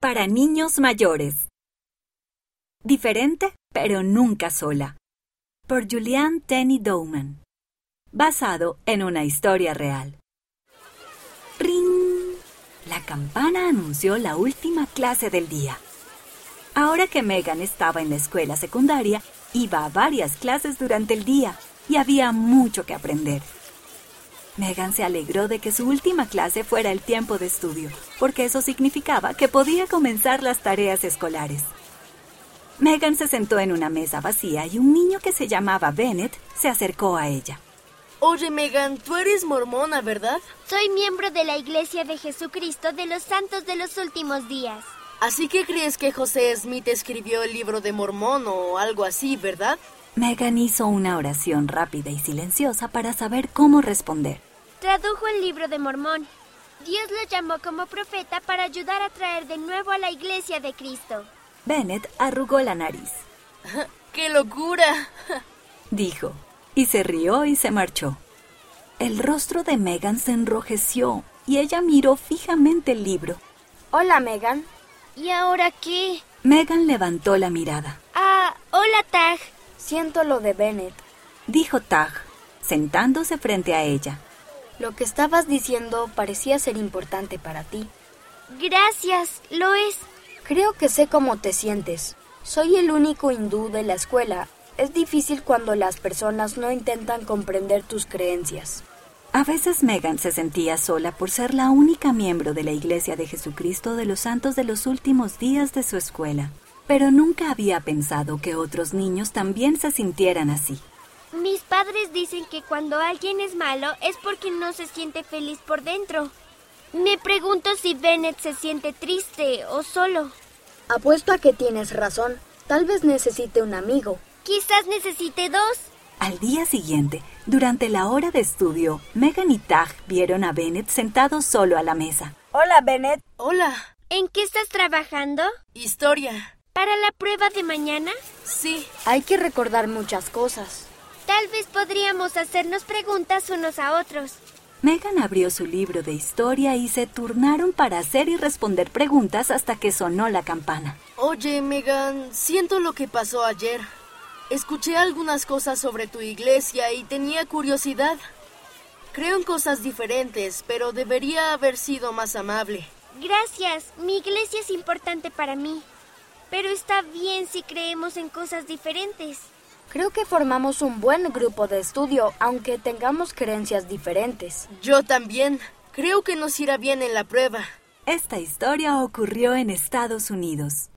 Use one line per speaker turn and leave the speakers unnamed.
para niños mayores. Diferente, pero nunca sola. Por Julianne Tenney Dowman. Basado en una historia real. ¡Ring! La campana anunció la última clase del día. Ahora que Megan estaba en la escuela secundaria, iba a varias clases durante el día y había mucho que aprender. Megan se alegró de que su última clase fuera el tiempo de estudio, porque eso significaba que podía comenzar las tareas escolares. Megan se sentó en una mesa vacía y un niño que se llamaba Bennett se acercó a ella.
Oye, Megan, tú eres mormona, ¿verdad?
Soy miembro de la Iglesia de Jesucristo de los Santos de los Últimos Días.
Así que crees que José Smith escribió el libro de Mormón o algo así, ¿verdad?
Megan hizo una oración rápida y silenciosa para saber cómo responder.
Tradujo el libro de Mormón. Dios lo llamó como profeta para ayudar a traer de nuevo a la iglesia de Cristo.
Bennett arrugó la nariz,
¡Qué locura!
dijo, y se rió y se marchó. El rostro de Megan se enrojeció y ella miró fijamente el libro.
Hola, Megan.
¿Y ahora qué?
Megan levantó la mirada,
Ah, hola Tag.
Siento lo de Bennett.
dijo Tag, sentándose frente a ella.
Lo que estabas diciendo parecía ser importante para ti.
Gracias, lo es.
Creo que sé cómo te sientes. Soy el único hindú de la escuela. Es difícil cuando las personas no intentan comprender tus creencias.
A veces Megan se sentía sola por ser la única miembro de la Iglesia de Jesucristo de los Santos de los últimos días de su escuela, pero nunca había pensado que otros niños también se sintieran así.
Mis padres dicen que cuando alguien es malo es porque no se siente feliz por dentro. Me pregunto si Bennett se siente triste o solo.
Apuesto a que tienes razón. Tal vez necesite un amigo.
Quizás necesite dos.
Al día siguiente, durante la hora de estudio, Megan y Taj vieron a Bennett sentado solo a la mesa.
Hola, Bennett.
Hola,
¿En qué estás trabajando?
historia.
¿Para la prueba de mañana?
Sí,
Hay que recordar muchas cosas.
Tal vez podríamos hacernos preguntas unos a otros.
Megan abrió su libro de historia y se turnaron para hacer y responder preguntas hasta que sonó la campana.
oye, Megan, siento lo que pasó ayer. Escuché algunas cosas sobre tu iglesia y tenía curiosidad. Creo en cosas diferentes, pero debería haber sido más amable.
Gracias, mi iglesia es importante para mí. Pero está bien si creemos en cosas diferentes.
Creo que formamos un buen grupo de estudio, aunque tengamos creencias diferentes.
Yo también. Creo que nos irá bien en la prueba.
Esta historia ocurrió en Estados Unidos.